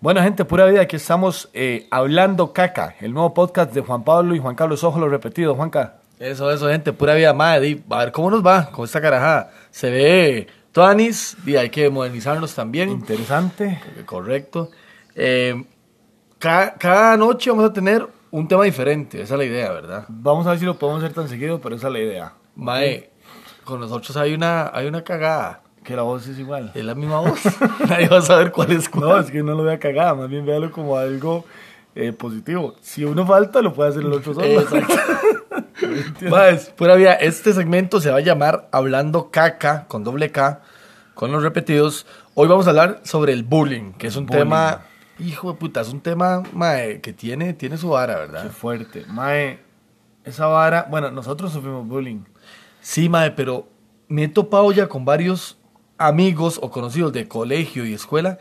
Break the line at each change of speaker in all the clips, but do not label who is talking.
Bueno, gente, pura vida, aquí estamos eh, hablando caca, el nuevo podcast de Juan Pablo y Juan Carlos Ojo, lo repetido, Juanca.
Eso, eso, gente, pura vida, madre. di, A ver cómo nos va con esta carajada. Se ve Tuanis, y hay que modernizarnos también.
Interesante.
Correcto. Eh, ca- cada, noche vamos a tener un tema diferente, esa es la idea, ¿verdad?
Vamos a ver si lo podemos hacer tan seguido, pero esa es la idea.
Mae, con nosotros hay una, hay una cagada.
Que la voz es igual.
Es la misma voz. Nadie va a saber cuál es cuál.
No, es que no lo vea cagada, más bien véalo como algo eh, positivo. Si uno falta, lo puede hacer el otro solo.
Exacto. Más, pura vida, este segmento se va a llamar Hablando Caca, con doble K, con los repetidos. Hoy vamos a hablar sobre el bullying, que es un
Bullying.
tema, hijo de puta, es un tema mae, que tiene, tiene su vara,
Qué
¿verdad?
fuerte. Mae, esa vara. Bueno, nosotros sufrimos bullying.
Sí, mae, pero me he topado ya con varios amigos o conocidos de colegio y escuela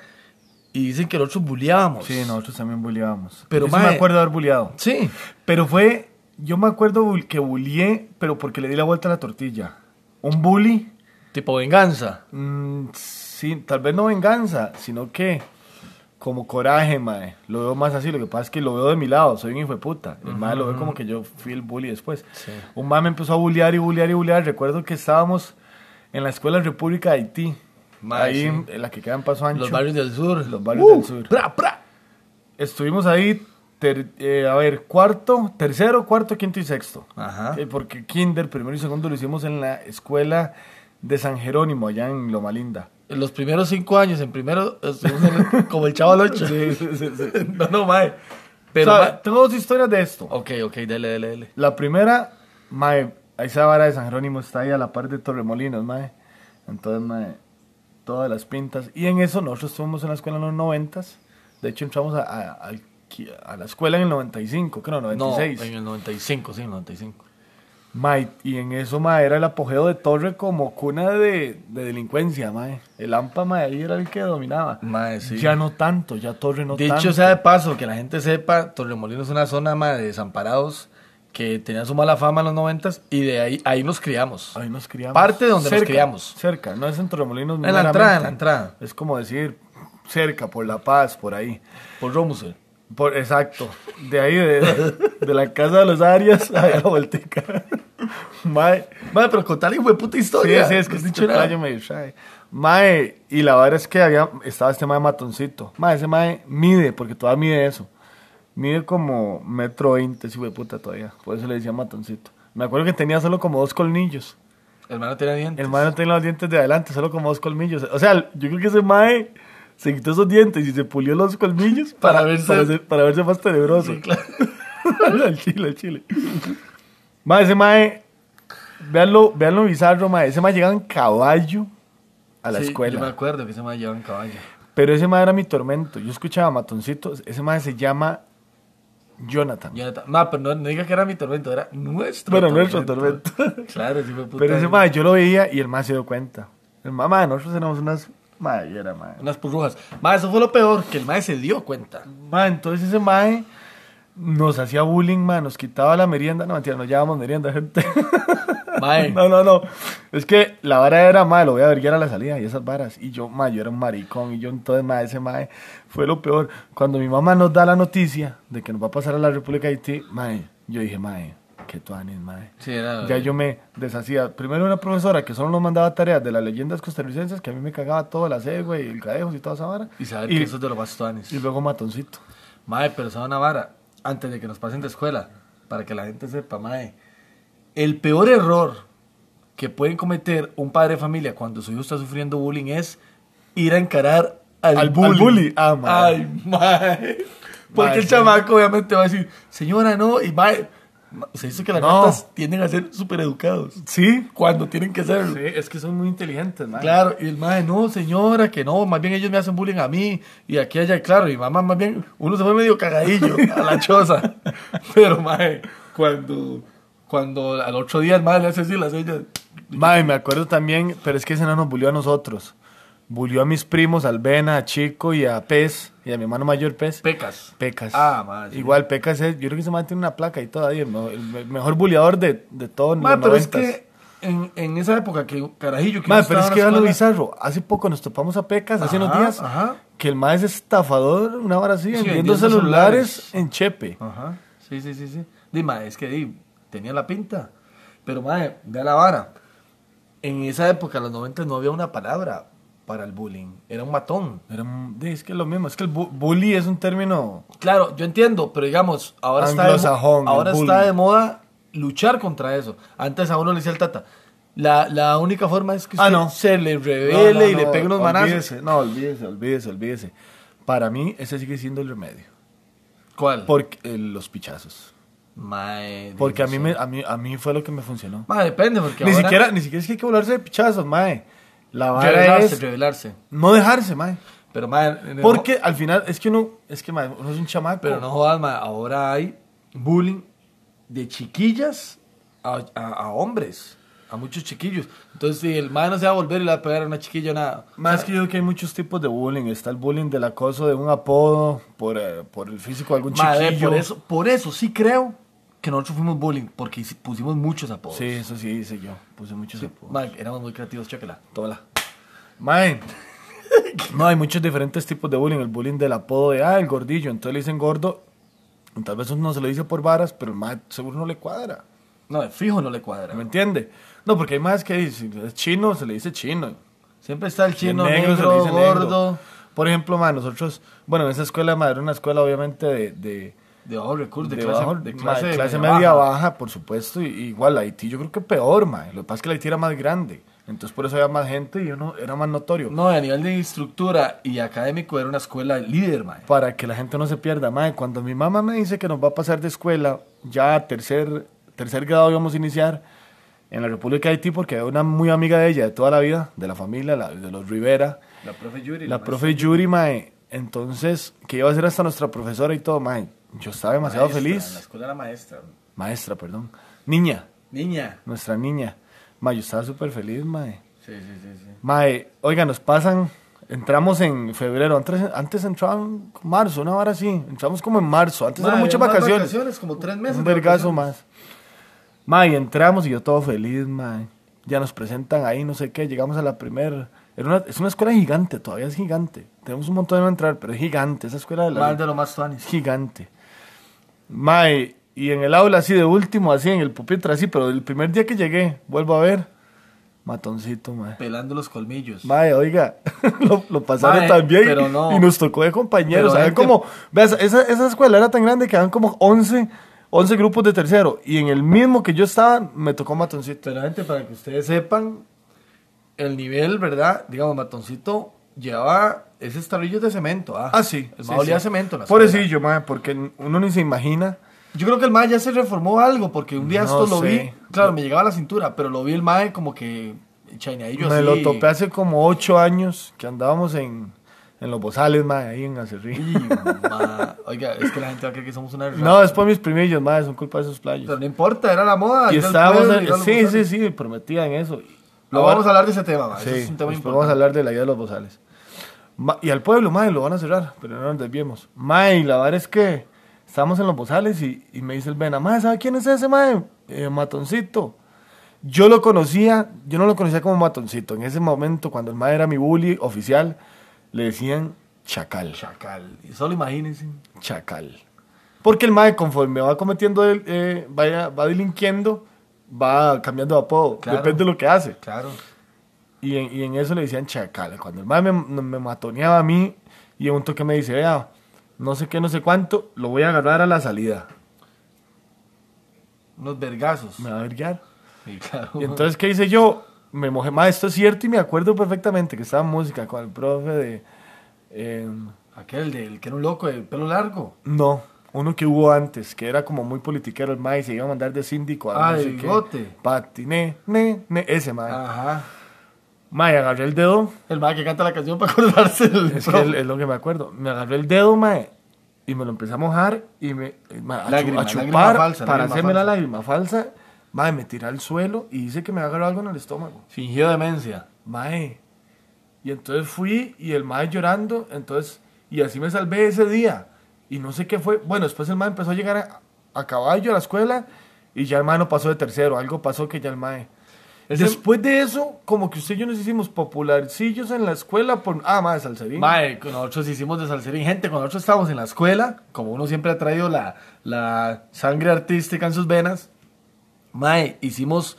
y dicen que nosotros bulleábamos.
Sí, nosotros también bulleábamos.
Pero,
Yo sí me
mae-
acuerdo de haber bulleado.
Sí.
Pero fue. Yo me acuerdo bul- que bullié, pero porque le di la vuelta a la tortilla. Un bully.
Tipo venganza.
mm, sí, tal vez no venganza, sino que. Como coraje, mae. Lo veo más así. Lo que pasa es que lo veo de mi lado. Soy un hijo de puta. El mae lo ve como que yo fui el bully después.
Sí.
Un mae me empezó a bullear y bullear y bullear. Recuerdo que estábamos en la Escuela República de Haití.
Mae,
ahí,
sí.
en la que queda en Paso Ancho.
Los barrios del sur. Uh,
Los barrios del sur.
pra, pra.
Estuvimos ahí, ter- eh, a ver, cuarto, tercero, cuarto, quinto y sexto.
Ajá.
Eh, porque kinder, primero y segundo lo hicimos en la escuela de San Jerónimo, allá en Loma Linda.
En los primeros cinco años, en primero, estuvimos en el- como el chavo al ocho.
Sí, sí, sí, sí.
No, no, mae. Pero,
O sea,
mae-
tengo dos historias de esto.
Ok, ok, dale, dale, dale.
La primera, mae, esa vara de San Jerónimo está ahí a la par de Torremolinos, mae. Entonces, mae, todas las pintas. Y en eso nosotros estuvimos en la escuela en los noventas. De hecho, entramos a, a- al qui- a la escuela en el 95, creo, 96.
No, en el 95, sí, en el 95.
Mae, y en eso, mae, era el apogeo de Torre como cuna de, de delincuencia, mae. El AMPA, mae, ahí era el que dominaba.
Mae, sí.
Ya no tanto, ya Torre no
Dicho
tanto.
sea de paso, que la gente sepa, Torremolinos es una zona más de desamparados que tenía su mala fama en los 90 y de ahí, ahí nos criamos.
ahí nos criamos.
Parte de donde nos criamos.
Cerca, no es en Torremolinos.
En la
meramente.
entrada, en la entrada.
Es como decir, cerca, por La Paz, por ahí.
Por Romusel.
Por, exacto. De ahí, de, de la casa de los Arias, a la volteca. Mae.
Mae, pero contale, hijo de puta
Sí,
historia.
sí, es que
No has
este
dicho nada.
playo me distrae. Mae, y la verdad es que había, estaba este mae matoncito. Mae, ese mae mide, porque todavía mide eso. Mide como metro veinte, si puta todavía. Por eso le decía matoncito. Me acuerdo que tenía solo como dos colmillos.
Hermano tenía dientes.
El mae no tenía los dientes de adelante, solo como dos colmillos. O sea, yo creo que ese mae se quitó esos dientes y se pulió los colmillos
Para
para,
verse-
para ser- para verse más tenebroso.
Sí, claro.
al chile, al chile. Mae, ese mae, veanlo, veanlo bizarro, mae. Ese mae llegaba en caballo a la
Sí, Yo me
escuela.
acuerdo que ese mae llevaba en caballo.
Pero ese mae era mi tormento. Yo escuchaba matoncitos. Ese mae se llama Jonathan.
Ya está. Ma, pero no, no diga que era mi tormento, era nuestro
Bueno, nuestro tormento.
claro, sí fue puta.
Pero ese mae, yo lo veía y el mae se dio cuenta. El mae, mae, nosotros éramos unas... Mae, yo era mae.
Unas burbujas. Ma, eso fue lo peor, que el mae se dio cuenta.
Ma, entonces ese mae nos hacía bullying, ma, nos quitaba la merienda. No, mentira, no llevábamos merienda, gente.
Mae.
No, no, no. Es que la vara era, ma, lo voy a ver, a la salida y esas varas. Y yo, ma, yo era un maricón. Y yo entonces, ma, ese mae fue lo peor. Cuando mi mamá nos da la noticia de que nos va a pasar a la República de Haití, ma, yo dije, ma, qué tuanes, ma.
Sí, era.
Ya yo me deshacía. Primero una profesora que solo nos mandaba tareas de las leyendas costarricenses, que a mí me cagaba todo, la cegua y el cadejos y toda esa vara.
Y saber
y,
que eso es de los bastones.
y luego matoncito.
Mae, pero sabe una vara, antes de que nos pasen de escuela, para que la gente sepa, mae, el peor error que pueden cometer un padre de familia cuando su hijo está sufriendo bullying es ir a encarar al,
Al bully. Ah, mae.
Ay, mae. Porque
Mae,
el
sí.
chamaco obviamente va a decir, señora, no, y mae, ma- se dice que las
No.
ratas tienden a ser súper educados
Sí,
cuando tienen que serlo.
Sí, es que son muy inteligentes, man.
Claro, y el mae, no, señora, que no, más bien ellos me hacen bullying a mí, y aquí, allá, y claro, y mamá, más bien, uno se fue medio cagadillo a la choza, pero mae, cuando, cuando al otro día el mae le hace así las señas,
Mae, me acuerdo también, pero es que ese no nos bulió a nosotros. Bulió a mis primos, al Vena, a Chico y a Pez, y a mi hermano mayor Pez.
pecas.
Pecas.
Ah, mae, sí.
Igual, Pecas es, yo creo que ese man tiene una placa y todavía, el, me- el mejor buleador de, de todo
Mae, pero es que en, en esa época que carajillo que
Mae,
uno
pero
estaba
es
en la
que era lo
escuela-
bizarro. Hace poco nos topamos a Pecas, hace unos
Ajá,
días,
ajá.
que el mae es estafador, una vara así, vendiendo
vendiendo
celulares
celulares.
en Chepe.
Ajá, sí, sí, sí, sí. Dima, es que di, tenía la pinta. Pero, madre, vea la vara. En esa época, en los 90, no había una palabra para el bullying. Era un matón.
Era un- de, es que es lo mismo, es que el bu- bully es un término.
Claro, yo entiendo, pero digamos, ahora, está de,
Anglosajón, el
mo- ahora
bullying.
está de moda luchar contra eso. Antes a uno le decía el tata, la, la única forma es que
Ah,
usted
no.
se le revele
No, no,
y le
no,
pegue unos manazos.
olvídese, No, olvídese, olvídese, olvídese. Para mí, ese sigue siendo el remedio.
¿Cuál?
Porque, eh, los pichazos.
Mae,
Porque a
Dios
mí,
mío.
me, a, mí, a mí fue lo que me funcionó.
Mae, depende, porque
Ni
ahora-
siquiera, ni siquiera es que hay que volarse de pichazos, mae. La vara
Revelarse,
es
revelarse.
no dejarse, mae.
Pero, mae, en el-
Porque al final, es que uno, es que mae, uno es un chamaco.
Pero no jodas, ma, ahora hay bullying de chiquillas a, a- a hombres, a muchos chiquillos. Entonces, si el man no se va a volver y le va a pegar a una chiquilla, nada.
Más que yo creo que hay muchos tipos de bullying. Está el bullying del acoso de un apodo por, eh, por el físico de algún
Madre,
chiquillo.
por eso, por eso sí creo que nosotros fuimos bullying, porque hici- pusimos muchos apodos.
Sí, eso sí hice yo. Puse muchos apodos.
Ma, éramos muy creativos, chócala.
Tómala. Mae. No, hay muchos diferentes tipos de bullying. El bullying del apodo de, ah, el gordillo. Entonces le dicen gordo. Y Tal vez uno se lo dice por varas, pero el mae seguro no le cuadra.
No, de fijo no le cuadra.
¿Me entiende? No, porque hay más que dicen, es chino, se le dice chino.
Siempre está el
Y en
chino negro, gordo,
Por ejemplo, mae, nosotros, bueno, en esa escuela, mae, era una escuela obviamente de- de
de bajo recurso, de,
de,
clase,
bajo-
de
ma,
clase,
de clase
media
media,
baja.
baja. por supuesto. Y, igual Haití yo creo que peor, ma. Lo que pasa es que Haití era más grande. Entonces por eso había más gente y uno era más notorio.
No, a nivel de estructura y académico era una escuela líder, mae.
Para que la gente no se pierda, ma. Cuando mi mamá me dice que nos va a pasar de escuela, ya a tercer, tercer grado íbamos a iniciar en la República de Haití porque una muy amiga de ella de toda la vida, de la familia, la- de los Rivera.
La profe Yuri.
La
mae.
profe Yuri, mae. Entonces, que iba a ser hasta nuestra profesora y todo, mae. Yo estaba demasiado
Maestra, En la
feliz.
escuela era maestra.
Maestra, perdón. Niña.
Niña.
Nuestra niña. Ma, yo estaba súper feliz, mae.
Sí, sí, sí, sí.
Mae, oiga, nos pasan. Entramos en febrero. Antes, antes entraban en marzo, una hora así. Entramos como en marzo. Antes eran muchas vacaciones.
como tres meses.
Un
de
vergazo más.
vacaciones.
Mae, entramos y yo todo feliz, mae. Ya nos presentan ahí, no sé qué. Llegamos a la primera. Era una- es una escuela gigante, todavía es gigante. Tenemos un montón de no entrar, pero es gigante. Esa escuela de la.
Más de lo más
Es
tuanis.
gigante. Mae, y en el aula así de último, así en el pupitre, así, pero el primer día que llegué, vuelvo a ver, matoncito, mae.
Pelando los colmillos.
Mae, oiga, lo, lo pasaron
Mae,
también
pero no.
y nos tocó de compañeros.
Pero
habían
gente-
como, veas, esa, esa escuela era tan grande que eran como 11, 11 grupos de tercero. Y en el mismo que yo estaba, me tocó matoncito.
Pero gente, para que ustedes sepan, el nivel, ¿verdad? Digamos, Matoncito llevaba ese estarillo de cemento. Ah,
Ah, sí.
El
sí,
más
sí.
olía a cemento. en la escuela.
Pobrecillo, mae, porque uno ni se imagina.
Yo creo que el mae ya se reformó algo, porque un
No
día esto lo
sé.
vi. Claro, me llegaba a la cintura, pero lo vi el mae como que chaineadillo
Me
así.
lo topé hace como ocho años que andábamos en, en los bozales, mae, ahí en Acerrí.
Y, ma, Oiga, es que la gente va a creer que somos una
No, después mis primillos, mae, son culpa de esos
Pero
playos.
no importa, era la moda.
Y
era el
estábamos,
pueblo, era
en-
lo
sí,
que
sí,
usaba.
sí, prometían eso.
Lo vamos a hablar de ese tema, ma,
Sí,
Ah, ese es un tema
después vamos a
importante.
hablar de la guía de los bozales. Ma- y al pueblo, mae, lo van a cerrar, pero no nos desviemos. Mae, la verdad es que estamos en los bozales y, y me dice el Vena, mae, ¿sabe quién es ese, mae? Eh, matoncito. Yo lo conocía, yo no lo conocía como matoncito. En ese momento, cuando el mae era mi bully oficial, le decían chacal,
Chacal. Y Solo imagínense.
chacal. Porque el mae, conforme va cometiendo, el- eh, vaya- va delinquiendo, va cambiando de apodo.
Claro.
Depende de lo que hace.
Claro.
Y en, y en eso le decían chacal. Cuando el mae me, me matoneaba a mí y en un toque me dice, vea, no sé qué, no sé cuánto, lo voy a agarrar a la salida.
Unos vergazos.
Me va a verguear.
Y claro.
Y entonces, ¿qué hice yo? Me mojé más. Esto es cierto y me acuerdo perfectamente que estaba en música con el profe de... eh,
Aquel del que era un loco de pelo largo.
no, uno que hubo antes, que era como muy politiquero el mae y se iba a mandar de síndico a
Ah,
no
de
sé qué.
bigote.
Pati, ne, ne, ne, ese mae.
Ajá.
Mae, agarré el dedo
El mae que canta la canción para acordarse del.
Es, que es- es lo que me acuerdo. Me agarré el dedo, mae, y me lo empecé a mojar y me, eh, mae, a, chu-
Lágrima,
a chupar
lágrima falsa,
para
lágrima
hacerme la
falsa.
lágrima falsa. Mae, me tiré al suelo y dice que me agarró algo en el estómago.
Fingió demencia.
Mae. Y entonces fui y el mae llorando, entonces, y así me salvé ese día. Y no sé qué fue. Bueno, después el mae empezó a llegar a, a caballo a la escuela y ya el mae no pasó de tercero. Algo pasó que ya el mae. Ese- Después de eso, como que usted y yo nos hicimos popularcillos en la escuela por... Ah, madre, Salserín.
Mae, con nosotros hicimos de salserín. Gente, cuando nosotros estábamos en la escuela, como uno siempre ha traído la, la sangre artística en sus venas, Mae, hicimos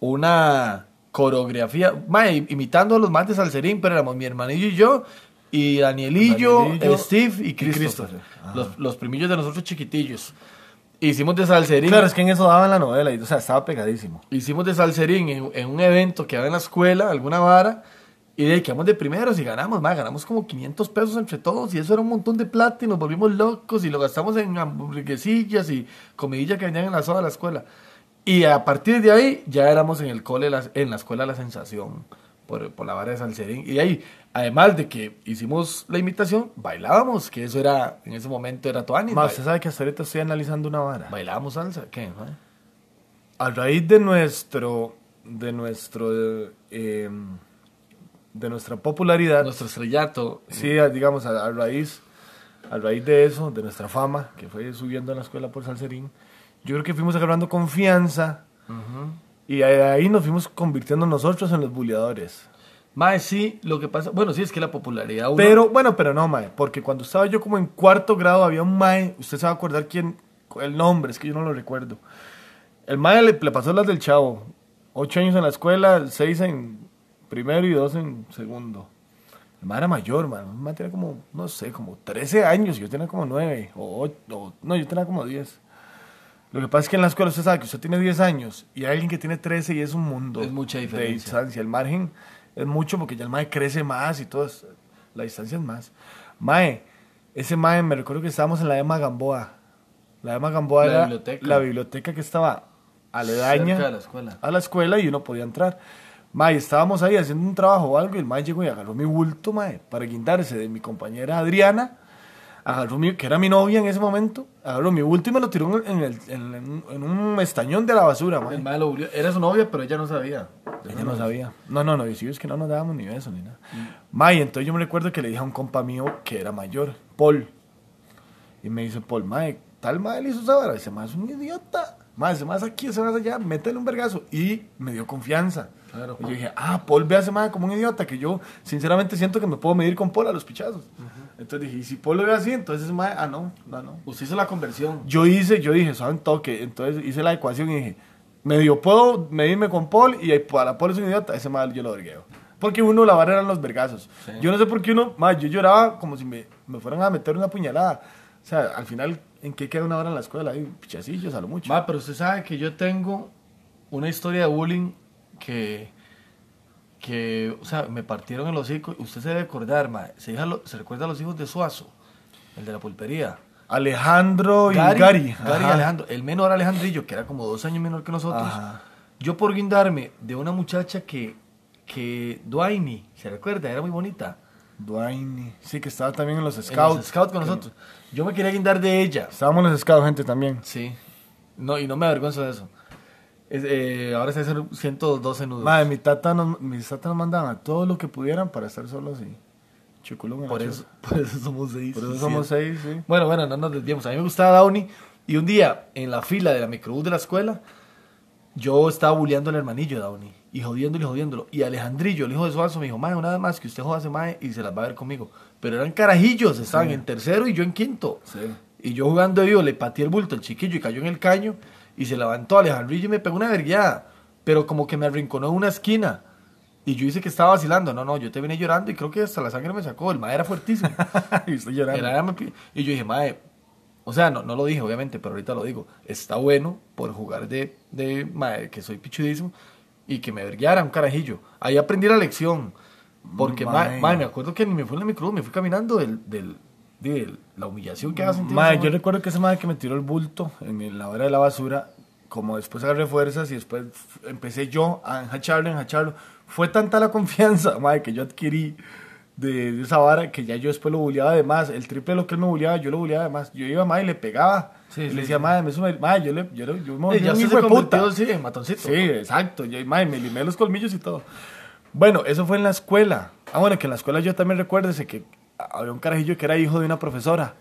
una coreografía, Mae, imitando a los más de salserín, pero éramos mi hermanillo y yo, y Danielillo,
Danielillo,
eh, Steve y Christopher.
Christopher.
Los, los primillos de nosotros chiquitillos. Hicimos de salserín.
Claro, es que en eso daban la novela, y, o sea, estaba pegadísimo.
Hicimos de salserín en, en un evento que había en la escuela, alguna vara, y de ahí quedamos de primeros y ganamos, más ganamos como 500 pesos entre todos, y eso era un montón de plata, y nos volvimos locos, y lo gastamos en hamburguesillas y comidilla que vendían en la zona de la escuela. Y a partir de ahí ya éramos en el cole, la- en la escuela La Sensación, por, por la vara de salserín. Y de ahí, además de que hicimos la imitación, bailábamos, que eso era, en ese momento era Tuanis.
Más,
bail-
usted sabe que hasta ahorita estoy analizando una vara.
bailábamos salsa, ¿qué? mae?
A raíz de nuestro... De nuestro... eh, de nuestra popularidad.
Nuestro estrellato.
Sí, a- digamos, a, a raíz, a raíz de eso, de nuestra fama, que fue subiendo en la escuela por Salserín, yo creo que fuimos agarrando confianza
Ujú.
y a- de ahí nos fuimos convirtiendo nosotros en los buleadores.
Mae, sí, lo que pasa. Bueno, sí, es que la popularidad. uno-
Pero, bueno, pero no, mae, porque cuando estaba yo como en cuarto grado había un mae, usted se va a acordar quién, el nombre, es que yo no lo recuerdo. El mae le, le pasó las del chavo, ocho años en la escuela, seis en primero y dos en segundo. El mae era mayor, man, el mae tenía como, no sé, como 13 años, yo tenía como 9, o, ocho, o- no, yo tenía como 10. Lo que pasa es que en la escuela usted sabe que usted tiene 10 años y hay alguien que tiene 13 y es un mundo.
Es mucha
De
diferencia.
distancia. El margen es mucho porque ya el mae crece más y todo. es- La distancia es más. Mae, ese mae, me recuerdo que estábamos en la EMA Gamboa. La EMA Gamboa
La
era
biblioteca.
la biblioteca que estaba aledaña
Cerca de la escuela.
a la escuela y uno podía entrar. Mae, estábamos ahí haciendo un trabajo o algo y el mae llegó y agarró mi bulto, mae, para guindarse de mi compañera Adriana. Agarró mi, que era mi novia en ese momento, agarró mi bulto y me lo tiró en, en el- en- en un estañón de la basura, mae.
El mae lo volvió- Era su novia, pero ella no sabía.
Ella no sabía. No, no, no, y sí, es que no nos dábamos ni besos ni nada. May, entonces yo me recuerdo que le dije a un compa mío que era mayor, Paul. Y me dice, Paul, Mae, tal Mae le hizo esa vara. Ese Mae es un idiota. Mae, ese Mae es aquí, ese Mae es allá, métele un vergazo. Y me dio confianza.
Claro.
Y yo dije, ah, Paul ve a ese Mae como un idiota, que yo sinceramente siento que me puedo medir con Paul a los pichazos. Entonces dije, y si Paul lo ve así, entonces ese Mae, ah, no, no, no.
Usted hizo la conversión.
Yo hice, yo dije, son toque. Entonces hice la ecuación y dije, medio puedo medirme con Paul y para Paul es un idiota, ese mal yo lo vergueo. Porque uno la barra eran los vergazos.
Sí.
Yo no sé por qué uno, más yo lloraba como si me, me fueran a meter una puñalada. O sea, al final, ¿en qué queda una hora en la escuela? Hay pichacillos a lo mucho.
Mae, pero usted sabe que yo tengo una historia de bullying que. que. O sea, me partieron el hocico. Usted se debe acordar, mae. Se, hija lo- se recuerda a los hijos de Suazo, el de la pulpería.
Alejandro y Gary.
Gary
Ajá.
Alejandro. El menor Alejandrillo, que era como dos años menor que nosotros.
Ajá.
Yo por guindarme de una muchacha que. que. Duaini, ¿se recuerda? Era muy bonita.
Duaini. Sí, que estaba también en los
En los
scouts.
scout con
Que-
nosotros. Yo me quería guindar de ella.
Estábamos en los scouts, gente, también.
Sí. No, y no me avergüenzo de eso. Es, eh, ahora se hacen 112 nudos.
Madre, mi tata nos, mis tatas nos mandaban a todo lo que pudieran para estar solos y chuculón en la
por,
choza.
eso, por eso somos seis.
Por eso
sí,
somos
sí.
seis, sí.
Bueno, bueno, no nos desviemos. A mí me gustaba Downey. Y un día, en la fila de la microbús de la escuela, yo estaba bulleando al hermanillo de Downey. Y jodiéndolo y jodiéndolo. Y Alejandrillo, el hijo de Suazo, me dijo, mae, una vez más que usted joda ese mae y se las va a ver conmigo. Pero eran carajillos, estaban en tercero y yo en quinto.
Sí.
Y yo jugando yo le pateé el bulto al chiquillo y cayó en el caño. Y se levantó Alejandrillo y me pegó una vergueada. Pero como que me arrinconó en una esquina. Y yo hice que estaba vacilando. No, no, yo te vine llorando y creo que hasta la sangre me sacó. El mae era fuertísimo.
y estoy llorando.
Era- me pi- y yo dije, mae, o sea, no, no lo dije, obviamente, pero ahorita lo digo. Está bueno por jugar de, de mae, que soy pichudísimo y que me verguiara un carajillo. Ahí aprendí la lección. Porque, mae,
Mae.
mae, me acuerdo que ni me fui en la micro, me fui caminando del, del, de la humillación que había sentido.
Mae,
esa
yo
mae.
recuerdo que esa madre que me tiró el bulto en el- la hora de la basura, como después agarré fuerzas y después f- empecé yo a enjacharlo, enjacharlo. Fue tanta la confianza, madre, que yo adquirí de, de esa vara que ya yo después lo bulleaba de más. El triple de lo que él me bulleaba, yo lo bulleaba de más. Yo iba, madre, y le pegaba.
Sí,
Y le
sí,
decía,
sí.
madre, me suma- madre, yo le, yo le, yo me volví
Eh, ya
un
usted
hijo
se
de puta.
convirtió, sí, en matoncito.
Sí, exacto. Yo, mae, me limé los colmillos y todo. Bueno, eso fue en la escuela. Ah, bueno, que en la escuela yo también recuérdese que había un carajillo que era hijo de una profesora.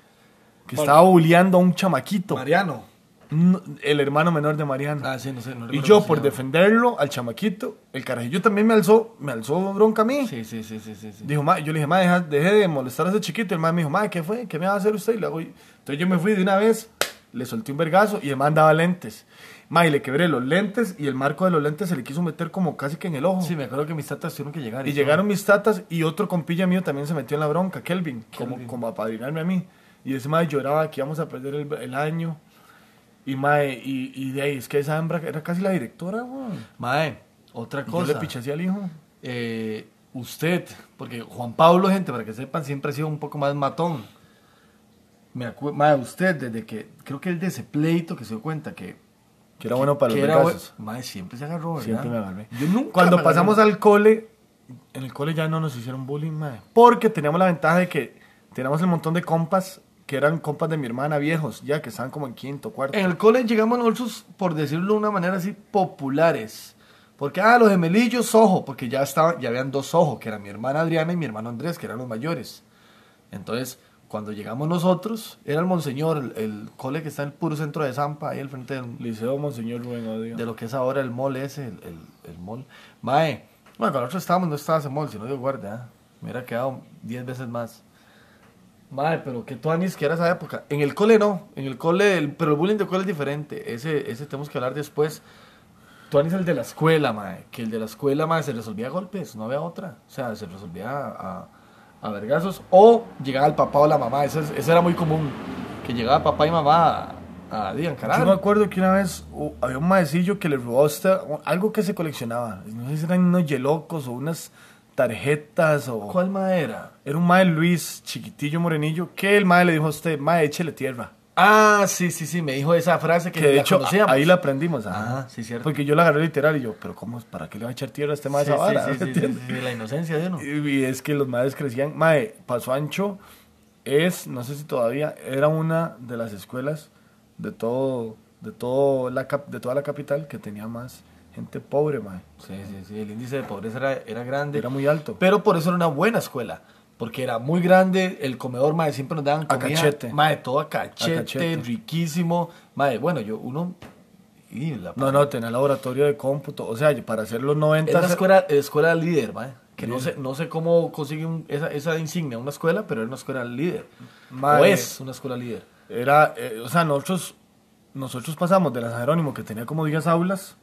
Que
¿Cuál?
estaba bulleando a un chamaquito.
Mariano.
no- el hermano menor de Mariana.
Ah, sí, no sé. no
y
recuerdo
yo,
cómo
por
se llama.
defenderlo al chamaquito, el carajillo también me alzó, me alzó bronca a mí.
Sí, sí, sí, sí, sí. sí.
Dijo, "Ma", yo le dije, ma, deja- dejé de molestar a ese chiquito. El man me dijo, ma, ¿qué fue? ¿Qué me va a hacer usted? Y le hago- Entonces yo me fui de una vez, le solté un vergazo y el man daba lentes. Ma, y le quebré los lentes y el marco de los lentes se le quiso meter como casi que en el ojo.
Sí, me acuerdo que mis tatas tuvieron que llegar.
y
todo.
llegaron mis tatas y otro compilla mío también se metió en la bronca, Kelvin,
Kelvin.
como, como a apadrinarme a mí. Y ese ma lloraba que íbamos a perder el, el año. Y ma, y, y de ahí, es que esa hembra era casi la directora, weón.
Mae, otra
Y Yo le
cosa.
piché así al hijo.
Eh, usted, porque Juan Pablo, gente, para que sepan, siempre ha sido un poco más matón. Me acu- mae, usted, desde que. Creo que el de ese pleito que se dio cuenta que.
Que era bueno para
que
los
era
vergazos.
bue- Mae, siempre se agarró, ¿verdad?
Siempre me agarré.
Yo nunca.
Cuando
me agarré.
pasamos al cole, en el cole ya no nos hicieron bullying, mae. Porque teníamos la ventaja de que teníamos el montón de compas que eran compas de mi hermana viejos, ya que estaban como en quinto, cuarto.
En el cole llegamos nosotros, por decirlo de una manera así, populares. Porque, ah, los gemelillos, ojo, porque ya, estaban, ya habían dos ojos, que era mi hermana Adriana y mi hermano Andrés, que eran los mayores. Entonces, cuando llegamos nosotros, era el Monseñor, el, el cole que está en el puro centro de Zampa, ahí al frente del-
Liceo Monseñor Rubén Odio.
de lo que es ahora el mall ese, el, el, el mall. Mae, bueno, cuando nosotros estábamos, no estaba ese mall, sino de guarda, ¿eh? me hubiera quedado 10 veces más. Mae, pero qué tuanis que era esa época. En el cole no, en el cole, el- pero el bullying de cole es diferente. Ese, ese tenemos que hablar después. Tuanis el de la escuela, mae. Que el de la escuela, mae, se resolvía a golpes, no había otra. O sea, se resolvía a, a, a vergazos. O llegaba el papá o la mamá, eso, es- eso era muy común. Que llegaba papá y mamá a, a digan,
Yo me
carajo.
acuerdo que una vez uh, había un maecillo que le robó a usted algo que se coleccionaba. No sé si eran unos yelocos o unas tarjetas o...
¿Cuál mae era?
Era un mae Luis, chiquitillo, morenillo, que el mae le dijo a usted, mae, échele tierra.
Ah, sí, sí, sí, me dijo esa frase que,
Que de
la
hecho,
conocíamos.
ahí la aprendimos. ajá.
Ajá, sí, cierto.
Porque yo la agarré literal y yo, pero ¿cómo? ¿Para qué le va a echar tierra a este mae
Sí,
esa
sí,
vara?
sí, sí, sí,
¿Entiendes?
sí, la inocencia de uno.
Y es que los madres crecían. Mae, Paso Ancho es, no sé si todavía, era una de las escuelas de todo, de todo la cap- de toda la capital que tenía más gente pobre, mae.
Sí, sí, sí, el índice de pobreza era, era grande.
Era muy alto.
Pero por eso era una buena escuela. Porque era muy grande, el comedor, madre, siempre nos daban
A
comida.
cachete.
Madre, todo a cachete,
A cachete.
riquísimo. Madre, bueno, yo, uno... Y la,
No, no, tenía laboratorio de cómputo. O sea, para hacer los 90.
Era una escuela, escuela líder, mae, Que no sé, no sé cómo consigue un- esa, esa insignia una escuela, pero era una escuela líder. O
Mae.
es una escuela líder.
Era, eh, o sea, nosotros, nosotros pasamos de la San Jerónimo, que tenía como 10 aulas,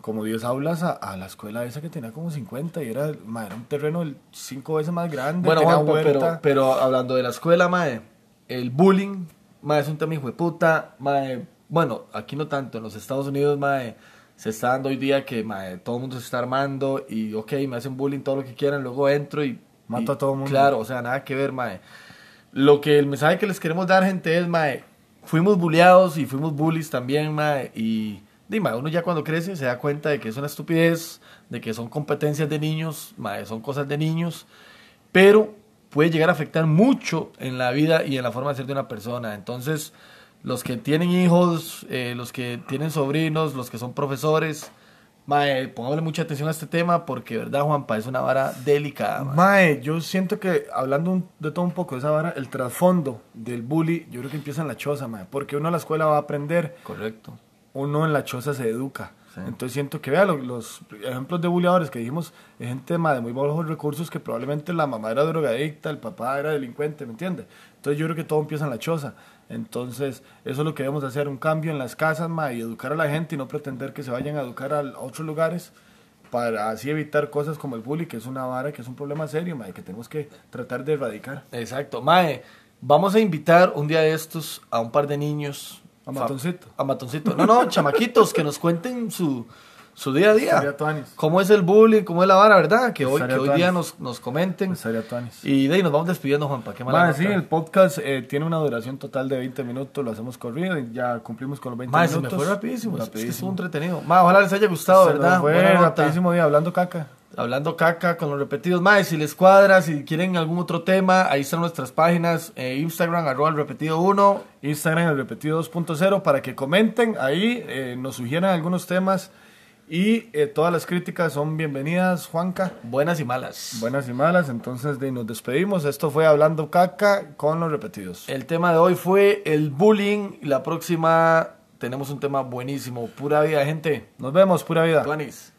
como 10 aulas, a, a la escuela esa que tenía como 50 y era, ma, era un terreno el- cinco veces más grande.
Bueno,
tenía
Juan, pero- pero,
huerta.
pero hablando de la escuela, mae, el bullying, mae, es un tema hijo de puta, mae, bueno, aquí no tanto, en los Estados Unidos, mae, se está dando hoy día que, mae, todo el mundo se está armando y, ok, me hacen bullying todo lo que quieran, luego entro y...
Mato
y-
a todo mundo.
Claro, o sea, nada que ver, mae. Lo que el mensaje que les queremos dar, gente, es, mae, fuimos bulleados y fuimos bullies también, mae, y... Dime, uno ya cuando crece se da cuenta de que es una estupidez, de que son competencias de niños, mae, son cosas de niños, pero puede llegar a afectar mucho en la vida y en la forma de ser de una persona. Entonces, los que tienen hijos, eh, los que tienen sobrinos, los que son profesores, mae, pongámosle mucha atención a este tema porque, de ¿verdad, Juanpa? Es una vara delicada. mae.
Mae, eh, yo siento que hablando un- de todo un poco de esa vara, el trasfondo del bully, yo creo que empieza en la choza, mae, porque uno a la escuela va a aprender,
Correcto.
uno en la choza se educa.
Sí.
Entonces siento que, vea, lo- los, ejemplos de buleadores que dijimos, es gente mae, de muy bajos recursos que probablemente la mamá era drogadicta, el papá era delincuente, ¿me entiendes? Entonces yo creo que todo empieza en la choza. Entonces eso es lo que debemos hacer, un cambio en las casas, mae, y educar a la gente y no pretender que se vayan a educar al- a otros lugares para así evitar cosas como el bullying, que es una vara, que es un problema serio, mae, que tenemos que tratar de erradicar.
Exacto. Mae, vamos a invitar un día de estos a un par de niños.
A Matoncito.
Fa- A Matoncito. No, no, chamaquitos, que nos cuenten su, su día a
Estaría
día.
tuanis.
¿Cómo es el bullying? ¿Cómo es la vara, verdad? Que hoy,
Estaría
que hoy día
tuanis.
nos, nos comenten.
Estaría tuanis.
Y de ahí nos vamos despidiendo, Juanpa. Qué mala
Mae,
nota.
sí, el podcast eh, tiene una duración total de 20 minutos, lo hacemos corrido y ya cumplimos con los 20
Mae, se me
minutos.
fue rapidísimo. es- Es que estuvo
Rapidísimo.
entretenido. Mae, ojalá les haya gustado,
Se nos
¿verdad?
fue
Buena nota.
rapidísimo día hablando caca.
Hablando caca con los repetidos. Mae, si les cuadra, si quieren algún otro tema, ahí están nuestras páginas. eh, Instagram, arroba el repetido 1.
Instagram el repetido 2.0 para que comenten ahí, eh, nos sugieran algunos temas Y eh, todas las críticas son bienvenidas, Juanca.
Buenas y malas.
Buenas y malas, entonces de, nos despedimos. Esto fue Hablando Caca con los repetidos.
El tema de hoy fue el bullying. La próxima tenemos un tema buenísimo. Pura vida, gente.
Nos vemos, pura vida.
Tuanis.